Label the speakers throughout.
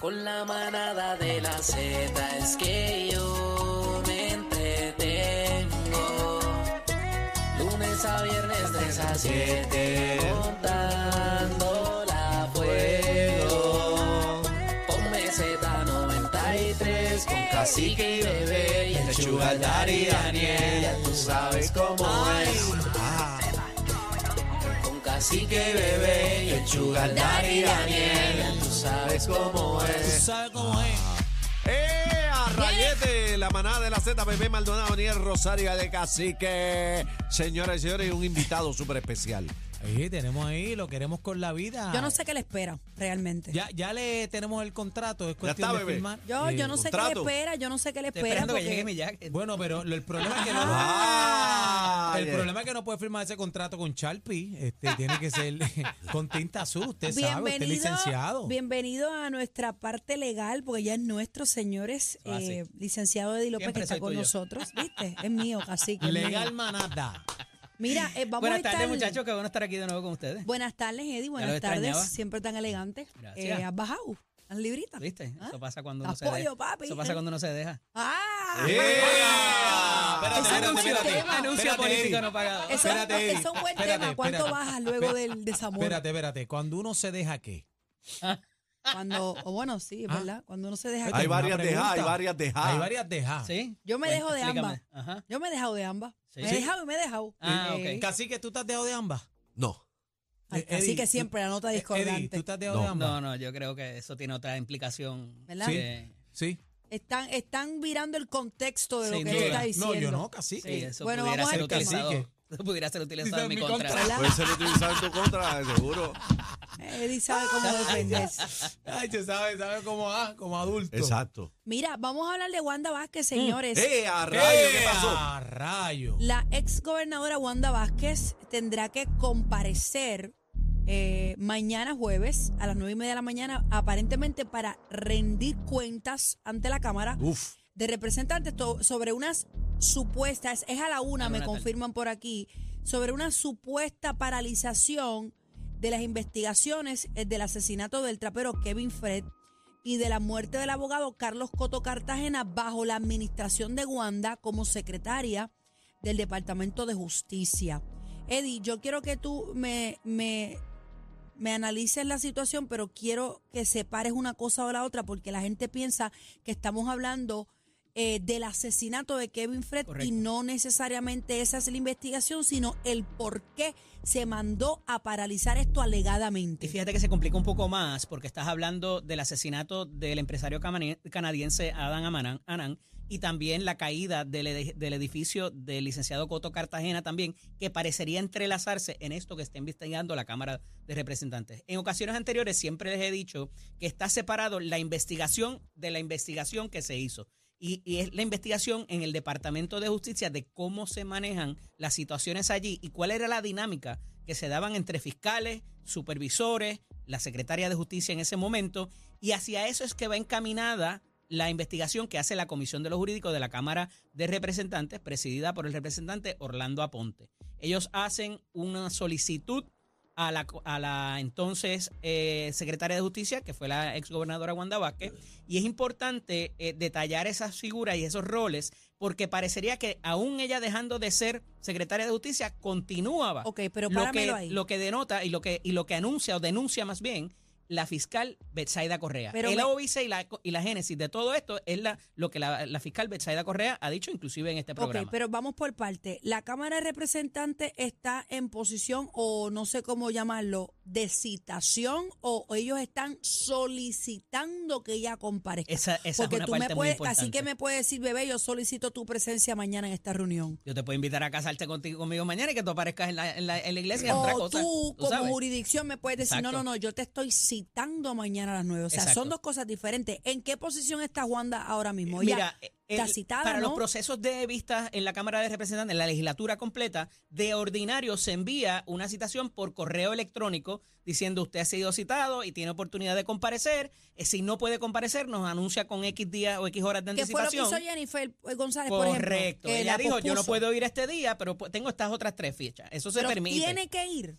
Speaker 1: Con la manada de la Z es que yo me entretengo. Lunes a viernes 3 a 7 contando la fuego. Ponme Z93 con cacique y bebé y el sugar daddy Daniel. Ya tú sabes cómo es. Con cacique y bebé y el sugar daddy Daniel. Ya tú sabes cómo es.
Speaker 2: ¿Sabes cómo es?
Speaker 3: ¡Eh! A Rayete, la manada de la Z, bebé Maldonado, Daniel Rosario de Cacique. Señoras y señores, un invitado súper especial.
Speaker 2: Sí, tenemos ahí, lo queremos con la vida.
Speaker 4: Yo no sé qué le espera, realmente.
Speaker 2: Ya, ya le tenemos el contrato, es cuestión
Speaker 3: está,
Speaker 2: de
Speaker 3: bebé.
Speaker 2: firmar.
Speaker 4: yo
Speaker 2: Eh,
Speaker 4: yo no sé qué le
Speaker 3: contrato.
Speaker 4: espera, yo no sé qué le
Speaker 5: Estoy
Speaker 4: espera.
Speaker 5: esperando que
Speaker 4: porque-
Speaker 5: llegue mi jacket.
Speaker 2: Bueno, pero lo- el problema es que no.
Speaker 3: Ah,
Speaker 2: el
Speaker 3: yeah.
Speaker 2: problema es que no puede firmar ese contrato con Charpi. Este, tiene que ser con tinta azul. Usted sabe, usted es licenciado.
Speaker 4: bienvenido a nuestra parte legal, porque ya es nuestro, señores,
Speaker 5: Eso así.
Speaker 4: eh, licenciado Eddie López,
Speaker 5: Ah, Siempre
Speaker 4: que está
Speaker 5: soy
Speaker 4: con
Speaker 5: tuyo.
Speaker 4: nosotros, ¿viste? Es mío, así que es
Speaker 2: Legal
Speaker 4: mío.
Speaker 2: manada.
Speaker 4: Mira, eh, vamos a
Speaker 5: Buenas
Speaker 4: estar...
Speaker 5: tardes, muchachos. Qué bueno estar aquí de nuevo con ustedes.
Speaker 4: Buenas tardes, Eddie, buenas
Speaker 5: lo
Speaker 4: tardes.
Speaker 5: extrañaba.
Speaker 4: Siempre tan elegante.
Speaker 5: Gracias.
Speaker 4: Eh, has bajado, has librita.
Speaker 5: ¿Viste?
Speaker 4: ¿Ah?
Speaker 5: Eso pasa cuando uno se
Speaker 4: Apoyo,
Speaker 5: deja.
Speaker 4: papi.
Speaker 5: Eso pasa cuando uno se deja.
Speaker 4: ¡Ah!
Speaker 3: ¡Eh!
Speaker 4: Espérate,
Speaker 5: Ese
Speaker 4: espérate,
Speaker 5: anuncio,
Speaker 4: espérate.
Speaker 5: tema, anuncio
Speaker 2: Espérate,
Speaker 5: político
Speaker 2: Eddie.
Speaker 5: no pagado.
Speaker 4: Eso,
Speaker 2: Espérate, Eddie.
Speaker 4: eso es un buen
Speaker 2: Espérate,
Speaker 4: tema. ¿Cuánto
Speaker 2: espérate.
Speaker 4: bajas luego del desamor?
Speaker 2: Espérate, espérate. Cuando uno se deja, ¿qué?
Speaker 4: Cuando, o bueno, sí, es
Speaker 2: Ah.
Speaker 4: verdad. Cuando uno se deja...
Speaker 3: Hay
Speaker 2: Tengo una
Speaker 3: varias dejadas,
Speaker 2: pregunta.
Speaker 3: hay varias dejadas.
Speaker 2: Hay varias dejadas.
Speaker 5: Ah. ¿Sí?
Speaker 4: Yo me
Speaker 5: Pues,
Speaker 4: dejo de
Speaker 5: explícame.
Speaker 4: ambas.
Speaker 5: Ajá.
Speaker 4: Yo me he dejado de ambas.
Speaker 5: Sí.
Speaker 4: Me he
Speaker 5: Sí.
Speaker 4: dejado y me he dejado.
Speaker 5: Ah,
Speaker 4: Eh,
Speaker 5: ok.
Speaker 2: Casi que tú estás dejado de ambas.
Speaker 3: No.
Speaker 4: ay,
Speaker 2: Eh,
Speaker 4: Así
Speaker 2: Eddie,
Speaker 4: que
Speaker 2: tú-
Speaker 4: siempre la nota
Speaker 2: Eddie, ¿tú
Speaker 4: discordante.
Speaker 2: estás dejado
Speaker 3: No.
Speaker 2: de ambas?
Speaker 5: No, no, yo creo que eso tiene otra implicación.
Speaker 4: ¿Verdad?
Speaker 2: Sí.
Speaker 5: Eh,
Speaker 2: Sí.
Speaker 4: Están, están virando el contexto de lo
Speaker 5: Sin
Speaker 4: que él
Speaker 5: duda.
Speaker 4: está diciendo.
Speaker 2: No, yo no, casi.
Speaker 5: sí, eso
Speaker 4: Bueno,
Speaker 5: pudiera
Speaker 4: vamos a
Speaker 5: ser
Speaker 2: explicar.
Speaker 5: utilizado.
Speaker 2: Cacique.
Speaker 5: Eso pudiera ser utilizado
Speaker 2: Dice,
Speaker 5: en mi
Speaker 2: mi
Speaker 5: contra.
Speaker 2: contra.
Speaker 4: ¿Verdad?
Speaker 3: Puede ser utilizado en tu contra, seguro.
Speaker 4: Eh, Eddie sabe
Speaker 2: Ah.
Speaker 4: cómo defenderse.
Speaker 2: Ay, se sabe, sabe cómo va, como adulto.
Speaker 3: Exacto.
Speaker 4: Mira, vamos a hablar de Wanda
Speaker 2: Mm,
Speaker 4: Vázquez, señores.
Speaker 3: ¡Eh! A rayo, ¿qué
Speaker 2: ¡Eh,
Speaker 3: pasó?
Speaker 2: a rayo!
Speaker 4: La ex gobernadora Wanda Vázquez tendrá que comparecer eh, mañana jueves a las nueve y media de la mañana, aparentemente para rendir cuentas ante la Cámara
Speaker 3: Uf.
Speaker 4: de Representantes to- sobre unas supuestas, es a la una,
Speaker 5: A la
Speaker 4: me
Speaker 5: una tarde.
Speaker 4: confirman por aquí, sobre una supuesta paralización de las investigaciones eh, del asesinato del trapero Kevin Fred y de la muerte del abogado Carlos Coto Cartagena bajo la administración de Wanda como secretaria del Departamento de Justicia. Eddie, yo quiero que tú me, me, me analices la situación, pero quiero que separes una cosa o la otra porque la gente piensa que estamos hablando eh, del asesinato de Kevin Fred y
Speaker 5: Correcto.
Speaker 4: no necesariamente esa es la investigación, sino el por qué se mandó a paralizar esto
Speaker 5: Y
Speaker 4: alegadamente.
Speaker 5: fíjate que se complica un poco más porque estás hablando del asesinato del empresario camane- canadiense Adam Amaran- Anand y también la caída del, ede- del edificio del licenciado Coto Cartagena también, que parecería entrelazarse en esto que está investigando la Cámara de Representantes. En ocasiones anteriores siempre les he dicho que está separado la investigación de la investigación que se hizo. Y, y es la investigación en el Departamento de Justicia de cómo se manejan las situaciones allí y cuál era la dinámica que se daban entre fiscales, supervisores, la secretaria de justicia en ese momento, y hacia eso es que va encaminada la investigación que hace la Comisión de los Jurídicos de la Cámara de Representantes, presidida por el representante Orlando Aponte. Ellos hacen una solicitud a la, a la entonces eh, secretaria de Justicia, que fue la exgobernadora Wanda Vázquez, y es importante eh, detallar esas figuras y esos roles, porque parecería que aún ella dejando de ser secretaria de Justicia, continuaba
Speaker 4: Ok, pero
Speaker 5: lo
Speaker 4: páramelo
Speaker 5: que,
Speaker 4: ahí.
Speaker 5: lo que denota y lo que, y lo que anuncia o denuncia más bien la fiscal Betsaida Correa.
Speaker 4: Pero
Speaker 5: el
Speaker 4: me-
Speaker 5: óbice y la, y la génesis de todo esto es la, lo que la, la fiscal Betsaida Correa ha dicho inclusive en este programa.
Speaker 4: Ok, pero vamos por parte. La Cámara de Representantes está en posición, o no sé cómo llamarlo, de citación, o ellos están solicitando que ella comparezca.
Speaker 5: esa esa
Speaker 4: Porque
Speaker 5: es una
Speaker 4: tú
Speaker 5: parte
Speaker 4: me
Speaker 5: muy
Speaker 4: puedes,
Speaker 5: importante.
Speaker 4: así que me puedes decir, bebé, yo solicito tu presencia mañana en esta reunión.
Speaker 5: Yo te puedo invitar a casarte contigo conmigo mañana y que tú aparezcas en la, en la, en la iglesia. otra
Speaker 4: o
Speaker 5: cosa,
Speaker 4: tú, como
Speaker 5: sabes.
Speaker 4: jurisdicción, me puedes decir, no,
Speaker 5: Exacto.
Speaker 4: no, no, yo te estoy citando mañana a las nueve. O sea, son
Speaker 5: Exacto.
Speaker 4: dos cosas diferentes. ¿En qué posición está Wanda ahora mismo? Ella-
Speaker 5: Eh,
Speaker 4: está
Speaker 5: Mira, el-
Speaker 4: citada,
Speaker 5: para los
Speaker 4: ¿no?
Speaker 5: procesos de vistas en la Cámara de Representantes, en la legislatura completa, de ordinario se envía una citación por correo electrónico diciendo usted ha sido citado y tiene oportunidad de comparecer. Eh, Si no puede comparecer, nos anuncia con X días o X horas de
Speaker 4: que fue lo que
Speaker 5: anticipación.
Speaker 4: hizo Jennifer eh, González, por ejemplo.
Speaker 5: Correcto.
Speaker 4: que
Speaker 5: Ella
Speaker 4: la
Speaker 5: dijo, yo no
Speaker 4: pospuso.
Speaker 5: puedo ir este día, pero pu- tengo estas otras tres fechas. Eso se
Speaker 4: Pero
Speaker 5: permite.
Speaker 4: Tiene que ir.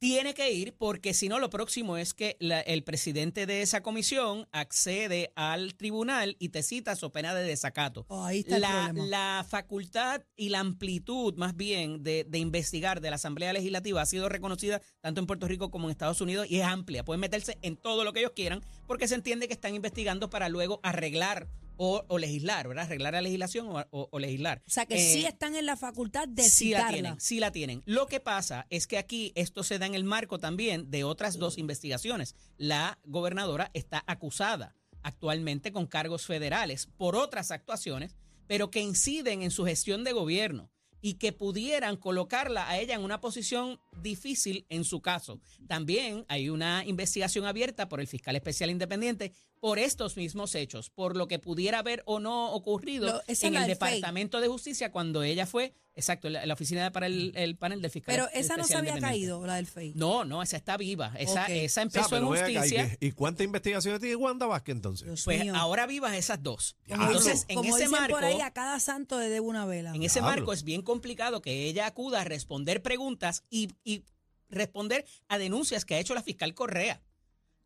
Speaker 5: Tiene que ir porque si no, lo próximo es que la- el presidente de esa comisión accede al tribunal y te cita su pena de desacato.
Speaker 4: Oh, ahí está el
Speaker 5: La,
Speaker 4: problema.
Speaker 5: la facultad y la amplitud, más bien, de, de investigar de la Asamblea Legislativa ha sido reconocida tanto en Puerto Rico como en Estados Unidos y es amplia. Pueden meterse en todo lo que ellos quieran porque se entiende que están investigando para luego arreglar o, o legislar, ¿verdad? Arreglar la legislación o, o- o legislar.
Speaker 4: O sea que
Speaker 5: Eh,
Speaker 4: sí están en la facultad de
Speaker 5: Sí la
Speaker 4: citarla.
Speaker 5: tienen, sí la tienen. Lo que pasa es que aquí esto se da en el marco también de otras dos investigaciones. La gobernadora está acusada actualmente con cargos federales por otras actuaciones, pero que inciden en su gestión de gobierno y que pudieran colocarla a ella en una posición difícil en su caso. También hay una investigación abierta por el fiscal especial independiente por estos mismos hechos, por lo que pudiera haber o no ocurrido
Speaker 4: Lo- esa es
Speaker 5: en
Speaker 4: la
Speaker 5: el
Speaker 4: del fake.
Speaker 5: Departamento de Justicia cuando ella fue, exacto, la, la oficina para el, el panel del fiscal.
Speaker 4: Pero esa no se
Speaker 5: especial
Speaker 4: había
Speaker 5: independiente.
Speaker 4: caído, la del FEI.
Speaker 5: No, no, esa está viva. Esa,
Speaker 4: Ok.
Speaker 5: esa
Speaker 3: O sea,
Speaker 5: empezó
Speaker 3: pero
Speaker 5: en
Speaker 3: ven acá, ¿y
Speaker 5: justicia.
Speaker 3: qué- ¿Y cuántas investigaciones tiene Wanda Vázquez entonces?
Speaker 4: Dios
Speaker 5: Pues
Speaker 4: mío.
Speaker 5: ahora vivas esas dos.
Speaker 3: Diablo.
Speaker 5: Entonces, en
Speaker 4: Como
Speaker 5: ese
Speaker 4: dicen
Speaker 5: marco,
Speaker 4: por ahí, a cada santo le debo una vela.
Speaker 5: en ese
Speaker 3: Diablo.
Speaker 5: marco es bien complicado que ella acuda a responder preguntas y, y responder a denuncias que ha hecho la fiscal Correa.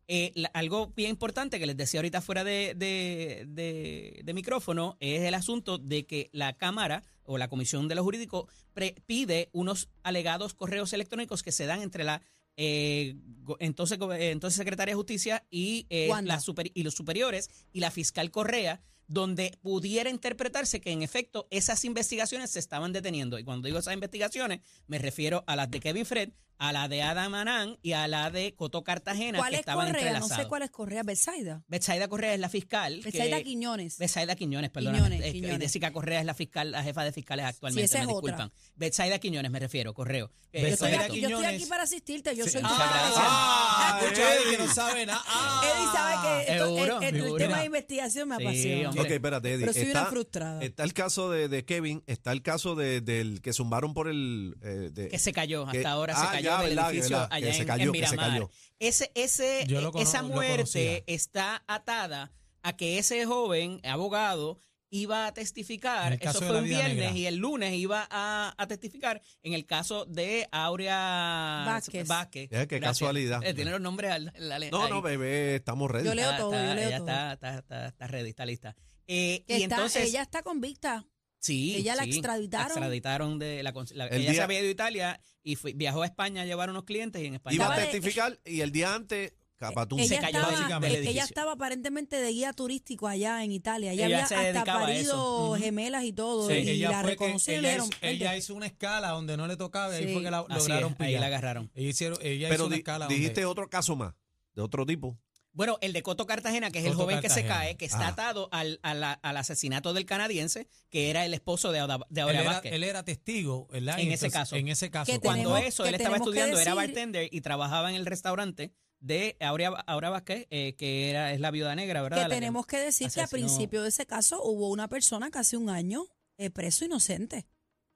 Speaker 5: Eh, la- algo bien importante que les decía ahorita fuera de, de- de- de micrófono es el asunto de que la Cámara o la Comisión de lo Jurídico pre- pide unos alegados correos electrónicos que se dan entre la eh, go- entonces, go- eh, entonces Secretaria de Justicia y, eh,
Speaker 4: Wanda.
Speaker 5: la super- y los superiores y la fiscal Correa, donde pudiera interpretarse que en efecto esas investigaciones se estaban deteniendo. Y cuando digo esas investigaciones, me refiero a las de Kevin Fred, a la de Adam Anán y a la de Coto Cartagena
Speaker 4: ¿Cuál
Speaker 5: que
Speaker 4: es
Speaker 5: estaban
Speaker 4: Correa? No sé
Speaker 5: entrelazados.
Speaker 4: cuál es Correa. Betsaida.
Speaker 5: Betsaida Correa es la fiscal.
Speaker 4: Betsaida
Speaker 5: que-
Speaker 4: Quiñones.
Speaker 5: Betsaida Quiñones, perdón.
Speaker 4: Quiñones,
Speaker 5: Y
Speaker 4: Quiñones.
Speaker 5: Jessica Correa es la fiscal, la jefa de fiscales actualmente.
Speaker 4: esa es
Speaker 5: me
Speaker 4: otra.
Speaker 5: disculpan. Betsaida Quiñones, me refiero, correo. Eh,
Speaker 4: Yo estoy,
Speaker 5: correcto.
Speaker 2: Betsaida
Speaker 4: aquí, yo estoy aquí
Speaker 2: Quiñones.
Speaker 4: para asistirte. Yo
Speaker 5: Sí,
Speaker 4: soy tu
Speaker 5: muchas
Speaker 4: abogada.
Speaker 5: gracias.
Speaker 2: Ah,
Speaker 3: Ah,
Speaker 2: escucha
Speaker 3: Eddie.
Speaker 2: ahí que no sabe nada. Ah.
Speaker 4: Eddie sabe que esto-
Speaker 5: Seguro,
Speaker 4: el, el- el
Speaker 5: seguro.
Speaker 4: tema de investigación me
Speaker 5: Sí,
Speaker 4: apasiona.
Speaker 5: hombre.
Speaker 3: Ok, espérate, Eddie.
Speaker 4: Pero soy una
Speaker 3: Está-
Speaker 4: frustrada.
Speaker 3: Está el caso de, de Kevin, está el caso de- del que zumbaron por el... eh, de-
Speaker 5: que se cayó, hasta
Speaker 3: que-
Speaker 5: ahora
Speaker 3: ah,
Speaker 5: se cayó
Speaker 3: ya,
Speaker 5: del
Speaker 3: verdad,
Speaker 5: edificio
Speaker 3: verdad, que
Speaker 5: allá
Speaker 3: se
Speaker 5: en,
Speaker 3: cayó,
Speaker 5: en
Speaker 3: que se
Speaker 5: Miramar.
Speaker 3: cayó.
Speaker 5: Ese, ese,
Speaker 2: Yo lo
Speaker 5: eh,
Speaker 2: cono-
Speaker 5: esa
Speaker 2: lo
Speaker 5: muerte
Speaker 2: conocía.
Speaker 5: está atada a que ese joven abogado iba a
Speaker 2: En
Speaker 5: testificar,
Speaker 2: el
Speaker 5: eso
Speaker 2: caso de
Speaker 5: fue
Speaker 2: la
Speaker 5: un
Speaker 2: vida
Speaker 5: viernes
Speaker 2: negra.
Speaker 5: y el lunes iba a, a testificar en el caso de Aurea
Speaker 4: Vázquez.
Speaker 3: Eh, qué casualidad.
Speaker 5: Eh, tiene los nombres al- en la le-
Speaker 3: No,
Speaker 5: ahí.
Speaker 3: no, bebé, estamos ready.
Speaker 4: Yo leo
Speaker 5: Está-
Speaker 4: todo,
Speaker 5: está-
Speaker 4: yo leo
Speaker 5: ella
Speaker 4: todo.
Speaker 5: Está, está, está, está ready, está lista. Eh,
Speaker 4: Que
Speaker 5: y
Speaker 4: está-
Speaker 5: entonces,
Speaker 4: ella está convicta.
Speaker 5: sí,
Speaker 4: ella la
Speaker 5: sí,
Speaker 4: extraditaron.
Speaker 5: extraditaron de la, cons- la-
Speaker 3: El
Speaker 5: ella se
Speaker 3: día-
Speaker 5: había ido a Italia y fue- viajó a España a llevar unos clientes y en España
Speaker 3: Iba a
Speaker 4: Estaba de-
Speaker 3: testificar y el día antes, capatún.
Speaker 4: ella,
Speaker 5: se cayó
Speaker 4: estaba,
Speaker 2: básicamente
Speaker 4: eh,
Speaker 5: del
Speaker 4: ella
Speaker 5: edificio.
Speaker 4: estaba aparentemente de guía turístico allá en Italia. Ella,
Speaker 5: Ella se
Speaker 4: había hasta
Speaker 5: dedicaba a
Speaker 4: parido
Speaker 5: eso. Ujú.
Speaker 4: gemelas y todo.
Speaker 5: Sí,
Speaker 4: y la
Speaker 2: fue que- ella,
Speaker 4: reconocieron.
Speaker 2: hizo, ella hizo una escala donde no le tocaba y
Speaker 4: Sí.
Speaker 2: ahí fue que la
Speaker 5: Así es,
Speaker 2: lograron
Speaker 5: ahí la
Speaker 2: pillar.
Speaker 5: agarraron.
Speaker 2: Ella, hicieron, ella hizo
Speaker 3: Pero
Speaker 2: una
Speaker 3: di-
Speaker 2: escala donde-
Speaker 3: dijiste otro caso más, de otro tipo.
Speaker 5: Bueno, el de Coto Cartagena, que es el
Speaker 2: Coto
Speaker 5: joven que se
Speaker 2: Cartagena.
Speaker 5: cae, que está
Speaker 3: Ah.
Speaker 5: atado al, a la- al asesinato del canadiense, que era el esposo de, Auda- de
Speaker 2: él
Speaker 5: Aurea
Speaker 2: era,
Speaker 5: Vázquez.
Speaker 2: él era testigo, ¿verdad?
Speaker 5: En ese caso.
Speaker 2: En ese caso.
Speaker 4: Que
Speaker 5: Cuando
Speaker 4: Tenemos-
Speaker 5: eso,
Speaker 4: que
Speaker 5: él estaba
Speaker 4: tenemos que
Speaker 5: estudiando, era
Speaker 4: decir-
Speaker 5: bartender y trabajaba en el restaurante de Aurea, Aurea Vázquez, eh, que era, es la viuda negra, ¿verdad?
Speaker 4: que
Speaker 5: La
Speaker 4: tenemos que decir que a
Speaker 5: asesinó.
Speaker 4: principio de ese caso hubo una persona que hace un año eh, preso inocente.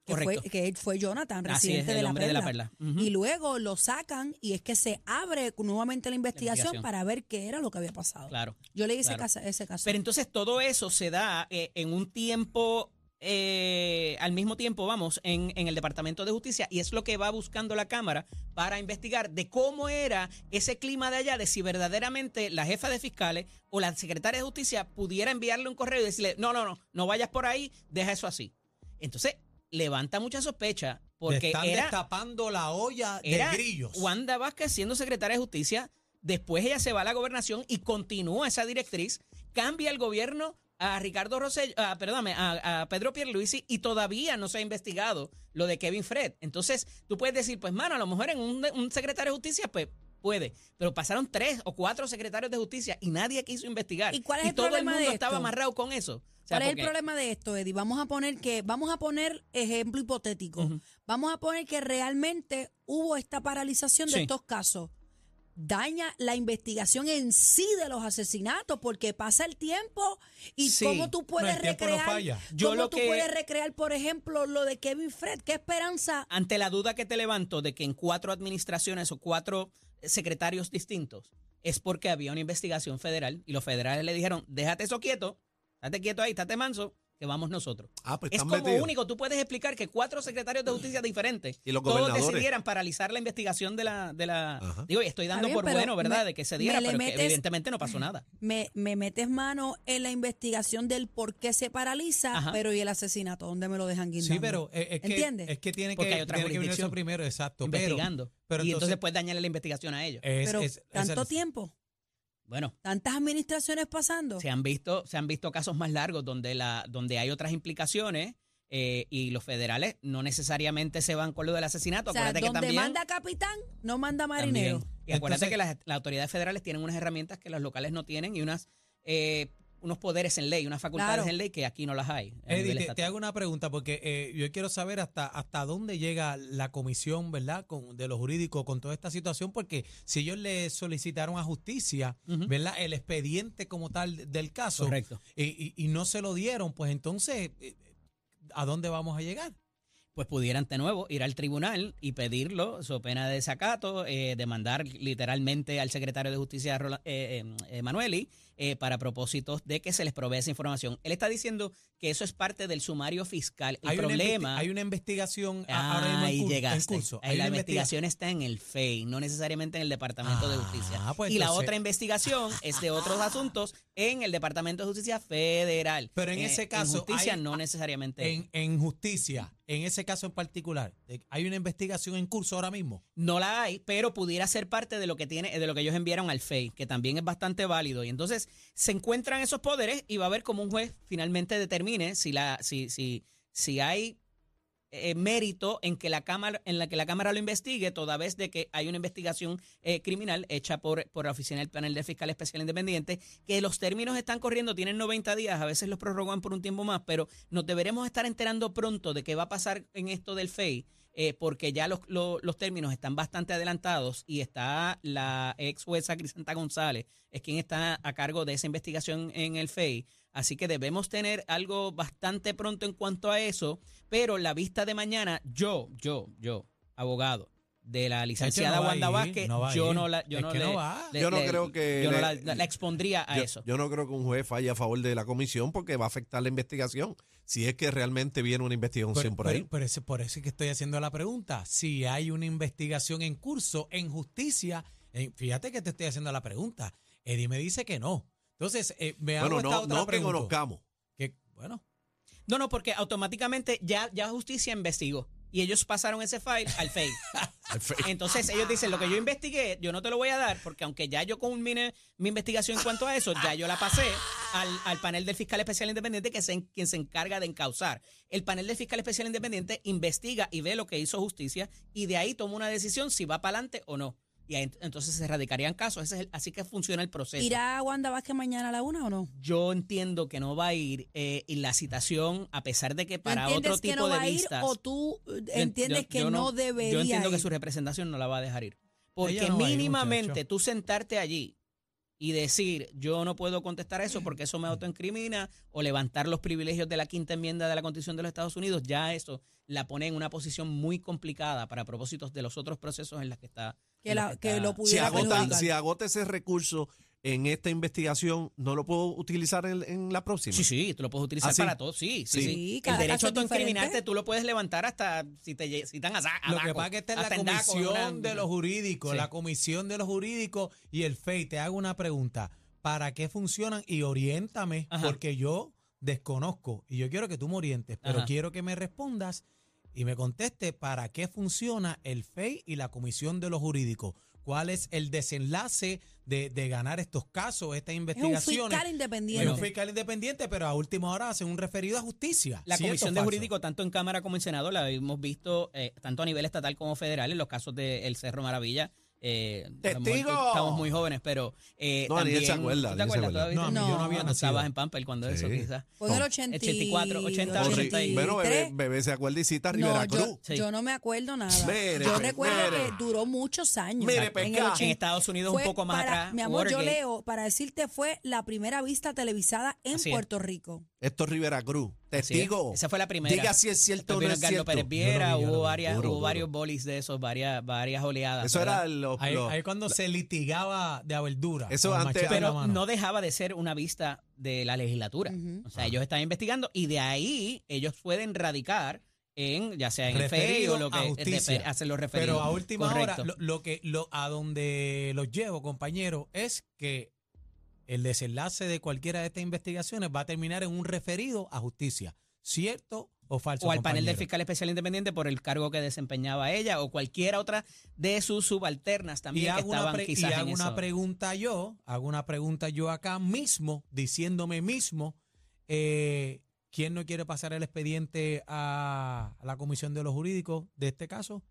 Speaker 4: Que
Speaker 5: Correcto.
Speaker 4: Fue, que él fue Jonathan,
Speaker 5: Así
Speaker 4: residente
Speaker 5: es, el
Speaker 4: de, la
Speaker 5: hombre
Speaker 4: perla.
Speaker 5: de la perla. Ujú.
Speaker 4: Y luego lo sacan y es que se abre nuevamente la investigación,
Speaker 5: investigación.
Speaker 4: para ver qué era lo que había pasado.
Speaker 5: Claro.
Speaker 4: Yo leí ese
Speaker 5: claro.
Speaker 4: caso. Ese caso.
Speaker 5: Pero entonces todo eso se da eh, en un tiempo, eh, al mismo tiempo, vamos, en, en el Departamento de Justicia y es lo que va buscando la Cámara para investigar de cómo era ese clima de allá, de si verdaderamente la jefa de fiscales o la secretaria de Justicia pudiera enviarle un correo y decirle, no, no, no, no vayas por ahí, deja eso así. Entonces levanta mucha sospecha
Speaker 2: Le
Speaker 5: porque
Speaker 2: están
Speaker 5: era,
Speaker 2: destapando la olla de
Speaker 5: era
Speaker 2: grillos.
Speaker 5: Wanda Vázquez siendo secretaria de justicia, después ella se va a la gobernación y continúa esa directriz, cambia el gobierno a Ricardo Rosselló, a, perdóname, a, a Pedro Pierluisi y todavía no se ha investigado lo de Kevin Fred. Entonces, tú puedes decir, pues mano, a lo mejor en un, un secretario de justicia, pues puede, pero pasaron tres o cuatro secretarios de justicia y nadie quiso investigar.
Speaker 4: ¿Y cuál es el
Speaker 5: todo
Speaker 4: problema
Speaker 5: el mundo
Speaker 4: de
Speaker 5: estaba
Speaker 4: esto?
Speaker 5: amarrado con eso. O sea,
Speaker 4: ¿Cuál es el
Speaker 5: porque-
Speaker 4: problema de esto, Eddie? Vamos a poner que, vamos a poner ejemplo hipotético.
Speaker 5: Ujú.
Speaker 4: Vamos a poner que realmente hubo esta paralización de
Speaker 5: Sí.
Speaker 4: estos casos. Daña la investigación en sí de los asesinatos porque pasa el tiempo y
Speaker 5: Sí.
Speaker 4: cómo tú puedes
Speaker 2: el tiempo no
Speaker 4: recrear,
Speaker 2: falla.
Speaker 5: Yo
Speaker 4: cómo
Speaker 5: lo
Speaker 4: tú
Speaker 5: que-
Speaker 4: puedes recrear, por ejemplo, lo de Kevin Fred. ¿Qué esperanza?
Speaker 5: ante la duda que te levanto de que en cuatro administraciones o cuatro eh, secretarios distintos es porque había una investigación federal y los federales le dijeron, déjate eso quieto, estate quieto ahí, estate manso, que vamos nosotros.
Speaker 3: Ah, pues
Speaker 5: es
Speaker 3: están
Speaker 5: como
Speaker 3: metidos.
Speaker 5: único, tú puedes explicar que cuatro secretarios de justicia diferentes
Speaker 3: Y los
Speaker 5: todos
Speaker 3: gobernadores.
Speaker 5: decidieran paralizar la investigación de la... De la
Speaker 3: Ajá.
Speaker 5: digo, y estoy dando
Speaker 4: bien,
Speaker 5: por
Speaker 4: pero
Speaker 5: bueno, ¿verdad?
Speaker 4: me-
Speaker 5: de que se diera,
Speaker 4: me le
Speaker 5: pero que
Speaker 4: metes-
Speaker 5: evidentemente no pasó nada.
Speaker 4: Me, me metes mano en la investigación del por qué se paraliza,
Speaker 5: Ajá.
Speaker 4: pero y el asesinato, ¿dónde me lo dejan guindando?
Speaker 2: Sí, pero eh, es, que,
Speaker 4: ¿Entiendes?
Speaker 2: es que tiene
Speaker 5: Porque
Speaker 2: que,
Speaker 5: hay otra
Speaker 2: tiene que venir
Speaker 5: jurisdicción
Speaker 2: eso primero, exacto. pero-
Speaker 5: investigando.
Speaker 2: pero
Speaker 5: y entonces
Speaker 2: entonces-
Speaker 5: puedes dañarle la investigación a
Speaker 3: Eh,
Speaker 5: ellos.
Speaker 2: es-
Speaker 4: pero
Speaker 2: es- es
Speaker 4: tanto
Speaker 2: el-
Speaker 4: tiempo,
Speaker 5: Bueno,
Speaker 4: tantas administraciones pasando.
Speaker 5: se han visto, se han visto casos más largos donde la, donde hay otras implicaciones eh, y los federales no necesariamente se van con lo del asesinato.
Speaker 4: o sea,
Speaker 5: acuérdate que
Speaker 4: donde
Speaker 5: también,
Speaker 4: manda capitán, no manda
Speaker 5: también-
Speaker 4: marinero.
Speaker 5: Y acuérdate
Speaker 2: Entonces-
Speaker 5: que las, las autoridades federales tienen unas herramientas que las locales no tienen y unas eh, unos poderes en ley, unas facultades
Speaker 4: Claro.
Speaker 5: en ley que aquí no las hay. a
Speaker 2: Eddie,
Speaker 5: nivel
Speaker 2: te, te
Speaker 5: estatal.
Speaker 2: hago una pregunta porque eh, yo quiero saber hasta, hasta dónde llega la comisión, ¿verdad? Con, de los jurídicos con toda esta situación, porque si ellos le solicitaron a justicia,
Speaker 5: Ujú.
Speaker 2: ¿verdad? El expediente como tal del caso
Speaker 5: Correcto.
Speaker 2: y, y- y no se lo dieron, pues entonces, eh, ¿a dónde vamos a llegar?
Speaker 5: pues pudieran de nuevo ir al tribunal y pedirlo, su pena de desacato, eh, demandar literalmente al secretario de Justicia Rola- eh, eh, eh, Manueli eh, para propósitos de que se les provea esa información. Él está diciendo que eso es parte del sumario fiscal. El
Speaker 2: una investi-
Speaker 5: problema... Ah,
Speaker 2: hay una investigación a- ahora mismo
Speaker 5: Ahí
Speaker 2: en, cur- en
Speaker 5: llegaste.
Speaker 2: curso.
Speaker 5: Ahí
Speaker 2: Hay
Speaker 5: la
Speaker 2: una investiga-
Speaker 5: investigación está en el FEI, no necesariamente en el Departamento de
Speaker 2: Ah,
Speaker 5: Justicia.
Speaker 2: pues
Speaker 5: y la
Speaker 2: entonces-
Speaker 5: otra investigación es de otros asuntos en el Departamento de Justicia Federal. Eh,
Speaker 2: Pero en ese caso,
Speaker 5: justicia
Speaker 2: hay-
Speaker 5: no necesariamente.
Speaker 2: En, en justicia, en ese caso en particular, eh, hay una investigación en curso ahora mismo.
Speaker 5: No la hay, pero pudiera ser parte de lo que tiene, de lo que ellos enviaron al FEI, que también es bastante válido. Y entonces se encuentran esos poderes y va a haber como un juez finalmente determine si la, si, si, si hay eh, mérito en que la cámara, en la que la cámara lo investigue, toda vez de que hay una investigación eh, criminal hecha por, por la oficina del panel del fiscal especial independiente, que los términos están corriendo, tienen 90 días, a veces los prorrogan por un tiempo más, pero nos deberemos estar enterando pronto de qué va a pasar en esto del FEI, eh, porque ya los, lo- los términos están bastante adelantados y está la ex jueza Crisanta González, es quien está a cargo de esa investigación en el FEI. Así que debemos tener algo bastante pronto en cuanto a eso, pero la vista de mañana, yo, yo, yo, abogado de la licenciada
Speaker 2: no va
Speaker 5: Wanda
Speaker 2: a ir,
Speaker 5: Vázquez,
Speaker 2: no va a
Speaker 5: yo
Speaker 2: ir.
Speaker 5: no la, yo
Speaker 2: Es
Speaker 5: no
Speaker 2: que
Speaker 5: le-
Speaker 2: no va.
Speaker 5: le-
Speaker 3: Yo no
Speaker 5: le-
Speaker 3: creo que
Speaker 5: yo no
Speaker 3: le-
Speaker 5: la, la expondría a
Speaker 3: yo,
Speaker 5: eso.
Speaker 3: yo no creo que un juez falle a favor de la comisión porque va a afectar la investigación. Si es que realmente viene una investigación
Speaker 2: Pero,
Speaker 3: por ahí.
Speaker 2: pero- pero ese- por eso es que estoy haciendo la pregunta. Si hay una investigación en curso en justicia, eh, fíjate que te estoy haciendo la pregunta. Eddie me dice que no. Entonces, eh, me hago
Speaker 3: bueno,
Speaker 2: esta
Speaker 3: no,
Speaker 2: otra
Speaker 3: no que
Speaker 2: pregunta.
Speaker 3: conozcamos.
Speaker 2: Que, bueno,
Speaker 5: No, no, porque automáticamente ya, ya justicia investigó y ellos pasaron ese file al FEI.
Speaker 3: Al fe-
Speaker 5: Entonces ellos dicen, lo que yo investigué, yo no te lo voy a dar porque aunque ya yo culmine mi investigación en cuanto a eso, ya yo la pasé al, al panel del fiscal especial independiente que es en- quien se encarga de encauzar. El panel del fiscal especial independiente investiga y ve lo que hizo justicia y de ahí toma una decisión si va para adelante o no. Y ahí ent- entonces se radicarían casos. Ese es el- así que funciona el proceso.
Speaker 4: ¿Irá Wanda Vázquez mañana a la una o no?
Speaker 5: Yo entiendo que no va a ir eh, y la citación, a pesar de que
Speaker 4: ¿Tú
Speaker 5: para
Speaker 4: entiendes
Speaker 5: otro tipo
Speaker 4: que no
Speaker 5: de
Speaker 4: va a ir
Speaker 5: vistas,
Speaker 4: o tú eh,
Speaker 5: yo-
Speaker 4: entiendes
Speaker 5: yo-
Speaker 4: que
Speaker 5: yo
Speaker 4: no, debería
Speaker 5: Yo entiendo que
Speaker 4: ir?
Speaker 5: su representación no la va a dejar ir. Porque
Speaker 2: Ella no va a ir,
Speaker 5: mínimamente
Speaker 2: muchacho.
Speaker 5: tú sentarte allí y decir, yo no puedo contestar eso porque eso
Speaker 4: Mm.
Speaker 5: me autoincrimina, o levantar los privilegios de la quinta enmienda de la Constitución de los Estados Unidos, ya eso la pone en una posición muy complicada para propósitos de los otros procesos en los que está.
Speaker 4: Que
Speaker 5: en los
Speaker 4: la- que
Speaker 5: está-
Speaker 4: lo
Speaker 3: si,
Speaker 4: pudiera
Speaker 3: agota,
Speaker 4: perjudicar.
Speaker 3: si agota ese recurso en esta investigación, ¿no lo puedo utilizar en, en la próxima?
Speaker 5: Sí, sí, tú lo puedes utilizar
Speaker 3: ¿Ah, sí?
Speaker 5: para todo, sí, sí,
Speaker 3: Sí.
Speaker 5: sí.
Speaker 4: Sí,
Speaker 5: El
Speaker 4: cada
Speaker 5: derecho
Speaker 4: caso
Speaker 5: a
Speaker 4: es
Speaker 5: autoincriminarte
Speaker 4: diferente.
Speaker 5: tú lo puedes levantar hasta si te lle- citan a, sa- a
Speaker 2: lo que
Speaker 5: daco,
Speaker 2: pasa es que esta es la
Speaker 5: hasta en daco, en
Speaker 2: comisión
Speaker 5: una-
Speaker 2: de los jurídicos,
Speaker 5: Sí.
Speaker 2: la comisión de los jurídicos y el FEI. Te hago una pregunta. ¿Para qué funcionan? Y oriéntame,
Speaker 5: Ajá.
Speaker 2: porque yo desconozco y yo quiero que tú me orientes, pero
Speaker 5: Ajá.
Speaker 2: quiero que me respondas y me conteste para qué funciona el FEI y la comisión de los jurídicos. ¿Cuál es el desenlace de, de ganar estos casos, estas
Speaker 4: Es un
Speaker 2: investigaciones?
Speaker 4: fiscal
Speaker 2: Es
Speaker 4: independiente.
Speaker 2: un fiscal independiente, pero a última hora hacen un referido a justicia.
Speaker 5: La
Speaker 2: ¿Cierto
Speaker 5: Comisión
Speaker 2: o
Speaker 5: de
Speaker 2: falso?
Speaker 5: Jurídico, tanto en Cámara como en Senado, la hemos visto eh, tanto a nivel estatal como federal en los casos del Cerro Maravilla. Eh, a lo mejor
Speaker 3: ¡Testigo!
Speaker 5: tú- Estamos muy jóvenes, pero. Eh,
Speaker 3: No, Aniel se
Speaker 5: también-
Speaker 3: acuerda,
Speaker 5: ¿tú te
Speaker 3: Aniel se
Speaker 5: acuerdas
Speaker 3: acuerda.
Speaker 5: todavía?
Speaker 2: No, a mí yo no había nacido.
Speaker 5: Estabas en Pampa cuando eso,
Speaker 3: Sí.
Speaker 5: quizás.
Speaker 4: Fue en el
Speaker 3: No.
Speaker 5: 84, 80,
Speaker 3: Horri-
Speaker 5: 83.
Speaker 3: Bueno, bebé, bebé se acuerda y cita a Rivera
Speaker 4: no,
Speaker 3: Cruz.
Speaker 4: yo, yo no me acuerdo nada.
Speaker 3: Mire,
Speaker 4: yo
Speaker 3: pues,
Speaker 4: recuerdo
Speaker 3: mire.
Speaker 4: que duró muchos años.
Speaker 3: Mire,
Speaker 4: en
Speaker 3: pescado.
Speaker 5: En Estados Unidos, un
Speaker 4: Fue
Speaker 5: poco más
Speaker 4: para-
Speaker 5: atrás.
Speaker 4: Mi amor, yo
Speaker 5: Watergate.
Speaker 4: leo, para decirte, fue la primera vista televisada en
Speaker 5: Así es.
Speaker 4: Puerto Rico.
Speaker 3: Esto es Rivera Cruz.
Speaker 5: Así es.
Speaker 3: Testigo.
Speaker 5: Esa fue la primera.
Speaker 3: Diga si es cierto o no
Speaker 5: Estuvieron
Speaker 3: es
Speaker 5: Edgardo
Speaker 3: cierto.
Speaker 5: Pérez Viera,
Speaker 2: Yo lo vi, yo lo
Speaker 5: hubo,
Speaker 2: vi.
Speaker 5: varias,
Speaker 3: Duro,
Speaker 5: hubo
Speaker 3: duro.
Speaker 5: varios bolis de esos, varias, varias oleadas.
Speaker 3: Eso
Speaker 5: ¿verdad?
Speaker 3: era los,
Speaker 2: Ahí,
Speaker 3: los-
Speaker 2: ahí cuando se litigaba de a verdura.
Speaker 3: Eso
Speaker 2: con el
Speaker 3: antes-
Speaker 2: machete en la
Speaker 5: Pero
Speaker 2: mano.
Speaker 5: no dejaba de ser una vista de la legislatura.
Speaker 4: Ujú.
Speaker 5: O sea, ellos estaban investigando y de ahí ellos pueden radicar en, ya sea en el FEI
Speaker 2: Referido
Speaker 5: o lo que
Speaker 2: a justicia.
Speaker 5: de- hacen los referidos.
Speaker 2: Pero a última
Speaker 5: Correcto.
Speaker 2: hora, lo, lo que lo, a donde los llevo, compañero, es que el desenlace de cualquiera de estas investigaciones va a terminar en un referido a justicia, cierto o falso.
Speaker 5: o al panel del
Speaker 2: compañero?
Speaker 5: fiscal especial independiente por el cargo que desempeñaba ella o cualquiera otra de sus subalternas
Speaker 2: Y
Speaker 5: también que
Speaker 2: hago, una,
Speaker 5: estaban
Speaker 2: pre- y
Speaker 5: quizás en
Speaker 2: hago una
Speaker 5: eso.
Speaker 2: pregunta yo, hago una pregunta yo acá mismo, diciéndome mismo, eh, ¿quién no quiere pasar el expediente a la Comisión de los Jurídicos de este caso?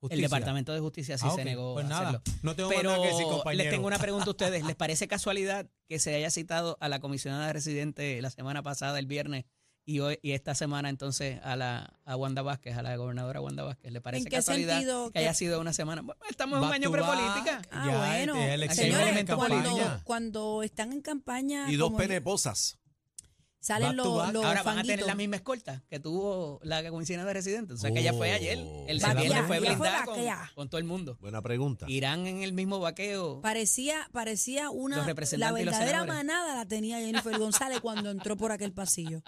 Speaker 5: El
Speaker 2: Justicia.
Speaker 5: Departamento de Justicia sí
Speaker 2: Ah,
Speaker 5: se
Speaker 2: ok.
Speaker 5: negó
Speaker 2: Pues
Speaker 5: a
Speaker 2: nada,
Speaker 5: hacerlo.
Speaker 2: no tengo más nada
Speaker 5: Pero
Speaker 2: que decir, compañero.
Speaker 5: les tengo una pregunta a ustedes. ¿Les parece casualidad que se haya citado a la comisionada residente la semana pasada, el viernes, y hoy y esta semana entonces a la a Wanda Vázquez, a la gobernadora Wanda Vázquez? ¿Les parece
Speaker 4: qué
Speaker 5: casualidad
Speaker 4: sentido
Speaker 5: que,
Speaker 4: que-
Speaker 5: haya sido una semana? Bueno, estamos en un
Speaker 2: Back
Speaker 5: año
Speaker 2: to back.
Speaker 5: prepolítica.
Speaker 4: Ah,
Speaker 2: Ya,
Speaker 4: bueno.
Speaker 2: este, elecciones
Speaker 4: Señores,
Speaker 5: en
Speaker 4: cuando,
Speaker 5: campaña.
Speaker 4: cuando están en campaña.
Speaker 3: y dos
Speaker 4: como-
Speaker 3: peneposas.
Speaker 2: Back
Speaker 4: Salen
Speaker 2: to
Speaker 4: los,
Speaker 2: back.
Speaker 4: los
Speaker 5: Ahora van a tener
Speaker 4: fanguitos.
Speaker 5: la misma escolta que tuvo la comisionada residente. O sea, que ella
Speaker 2: Oh.
Speaker 5: fue ayer. El
Speaker 2: Vaquea,
Speaker 5: viernes fue
Speaker 2: ella fue
Speaker 5: blindada con,
Speaker 4: vaquea.
Speaker 5: con todo el mundo.
Speaker 3: Buena pregunta.
Speaker 5: Irán en el mismo vaqueo.
Speaker 4: Parecía, parecía una.
Speaker 5: Los
Speaker 4: La
Speaker 5: representantes y los
Speaker 4: verdadera
Speaker 5: senadores.
Speaker 4: manada la tenía Jennifer González cuando entró por aquel pasillo.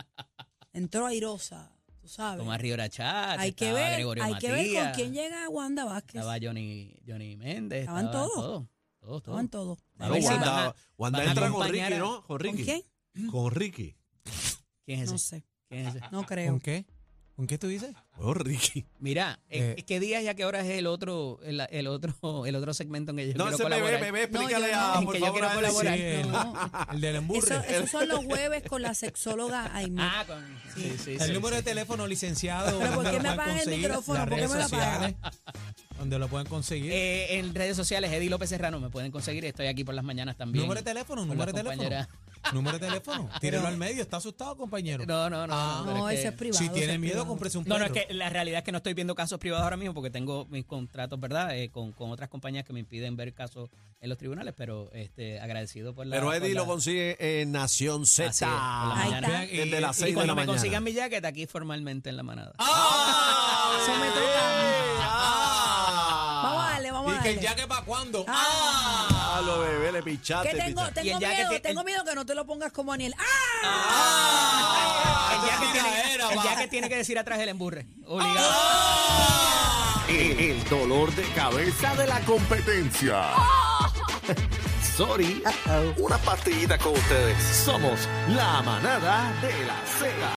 Speaker 4: Entró airosa, tú sabes.
Speaker 5: Tomás Río Chat,
Speaker 4: hay que
Speaker 5: estaba
Speaker 4: ver,
Speaker 5: Gregorio
Speaker 4: hay que ver con
Speaker 5: Matías.
Speaker 4: quién llega Wanda Vázquez.
Speaker 5: Estaba Johnny, Johnny Méndez.
Speaker 4: Estaban
Speaker 5: estaba
Speaker 4: todos.
Speaker 5: todo, Todos, todos.
Speaker 4: Estaban todos.
Speaker 5: A
Speaker 3: No,
Speaker 5: ver si
Speaker 4: Ella-
Speaker 5: van a-
Speaker 3: Ah, Wanda, Wanda
Speaker 5: van a
Speaker 3: entra con
Speaker 5: acompañar
Speaker 3: Ricky,
Speaker 5: a-
Speaker 3: ¿no? Con
Speaker 4: ¿Con
Speaker 3: Ricky.
Speaker 4: quién?
Speaker 3: Con Ricky.
Speaker 5: ¿Quién es
Speaker 4: No
Speaker 5: ese?
Speaker 4: sé,
Speaker 5: ¿Quién es ese?
Speaker 4: no creo.
Speaker 2: ¿Con qué? ¿Con qué tú dices?
Speaker 3: Oh, Ricky.
Speaker 5: Mira, eh,
Speaker 2: Eh.
Speaker 5: ¿qué día y a qué hora es el otro, el, el otro, el otro segmento en que yo
Speaker 3: No,
Speaker 5: quiero
Speaker 3: ese bebé,
Speaker 5: colaborar?
Speaker 3: bebé,
Speaker 4: No,
Speaker 3: explícale
Speaker 4: yo no.
Speaker 3: a,
Speaker 5: Es
Speaker 3: por
Speaker 5: que yo
Speaker 3: favor,
Speaker 5: quiero
Speaker 3: a Alex.
Speaker 5: colaborar.
Speaker 2: Sí, el,
Speaker 4: No.
Speaker 2: el del emburre.
Speaker 4: Eso- esos son los jueves con la sexóloga Aimee.
Speaker 5: Ah, con, sí, sí,
Speaker 2: el
Speaker 5: sí,
Speaker 2: número
Speaker 5: sí.
Speaker 2: de teléfono licenciado.
Speaker 4: Pero ¿por qué
Speaker 2: donde
Speaker 4: me
Speaker 2: lo pueden
Speaker 4: apagas el
Speaker 2: conseguir,
Speaker 4: micrófono?
Speaker 2: las
Speaker 4: ¿Por qué
Speaker 2: redes
Speaker 4: me lo apagas?
Speaker 2: sociales, Donde lo pueden conseguir.
Speaker 5: Eh, en redes sociales, Eddie López Serrano, me pueden conseguir. Estoy aquí por las mañanas también.
Speaker 2: número de teléfono,
Speaker 5: con
Speaker 2: número de
Speaker 5: las
Speaker 2: teléfono.
Speaker 5: compañeras.
Speaker 2: Número de teléfono. Tírelo al medio. Está asustado, compañero.
Speaker 5: No, no, no.
Speaker 2: Ah.
Speaker 5: pero
Speaker 4: No,
Speaker 5: es
Speaker 4: eso
Speaker 5: que-
Speaker 4: es privado.
Speaker 2: si
Speaker 4: eso
Speaker 2: tiene
Speaker 4: es
Speaker 2: miedo,
Speaker 4: privado.
Speaker 2: cómprese un
Speaker 5: No,
Speaker 2: perro.
Speaker 5: no, es que la realidad es que no estoy viendo casos privados ahora mismo porque tengo mis contratos, ¿verdad? Eh, con, con otras compañías que me impiden ver casos en los tribunales, pero este, agradecido por la.
Speaker 3: Pero
Speaker 5: por
Speaker 3: Eddie
Speaker 5: la-
Speaker 3: lo consigue en Nación Z.
Speaker 5: Así es, por la
Speaker 2: Ah,
Speaker 5: Ahí
Speaker 4: mañana.
Speaker 2: está.
Speaker 3: Desde las
Speaker 2: Y
Speaker 3: 6
Speaker 5: Y
Speaker 3: de
Speaker 5: cuando
Speaker 3: la
Speaker 5: me
Speaker 3: mañana.
Speaker 5: consigan mi jacket, aquí formalmente en la manada.
Speaker 3: ¡Ah!
Speaker 4: Eso me toca.
Speaker 3: bebé! ¡Ah!
Speaker 4: Vamos a darle, vamos a
Speaker 2: Y que
Speaker 4: darle.
Speaker 2: el jaque para cuándo.
Speaker 4: Ah.
Speaker 3: ¡Ah! Lo bebé, le pichaste.
Speaker 4: Que tengo,
Speaker 3: pichaste.
Speaker 5: Y
Speaker 4: tengo
Speaker 5: el jacket
Speaker 4: miedo,
Speaker 5: tiene-
Speaker 4: tengo miedo que no te lo pongas como Aniel. ¡Ah!
Speaker 2: Ah,
Speaker 5: el, jacket
Speaker 2: esa
Speaker 5: tiene,
Speaker 2: tiradera,
Speaker 5: el
Speaker 2: va.
Speaker 5: jacket tiene que decir atrás el emburre. Obligado.
Speaker 6: El, el dolor de cabeza de la competencia. Sorry. Una partidita con ustedes. Somos la manada de la seda.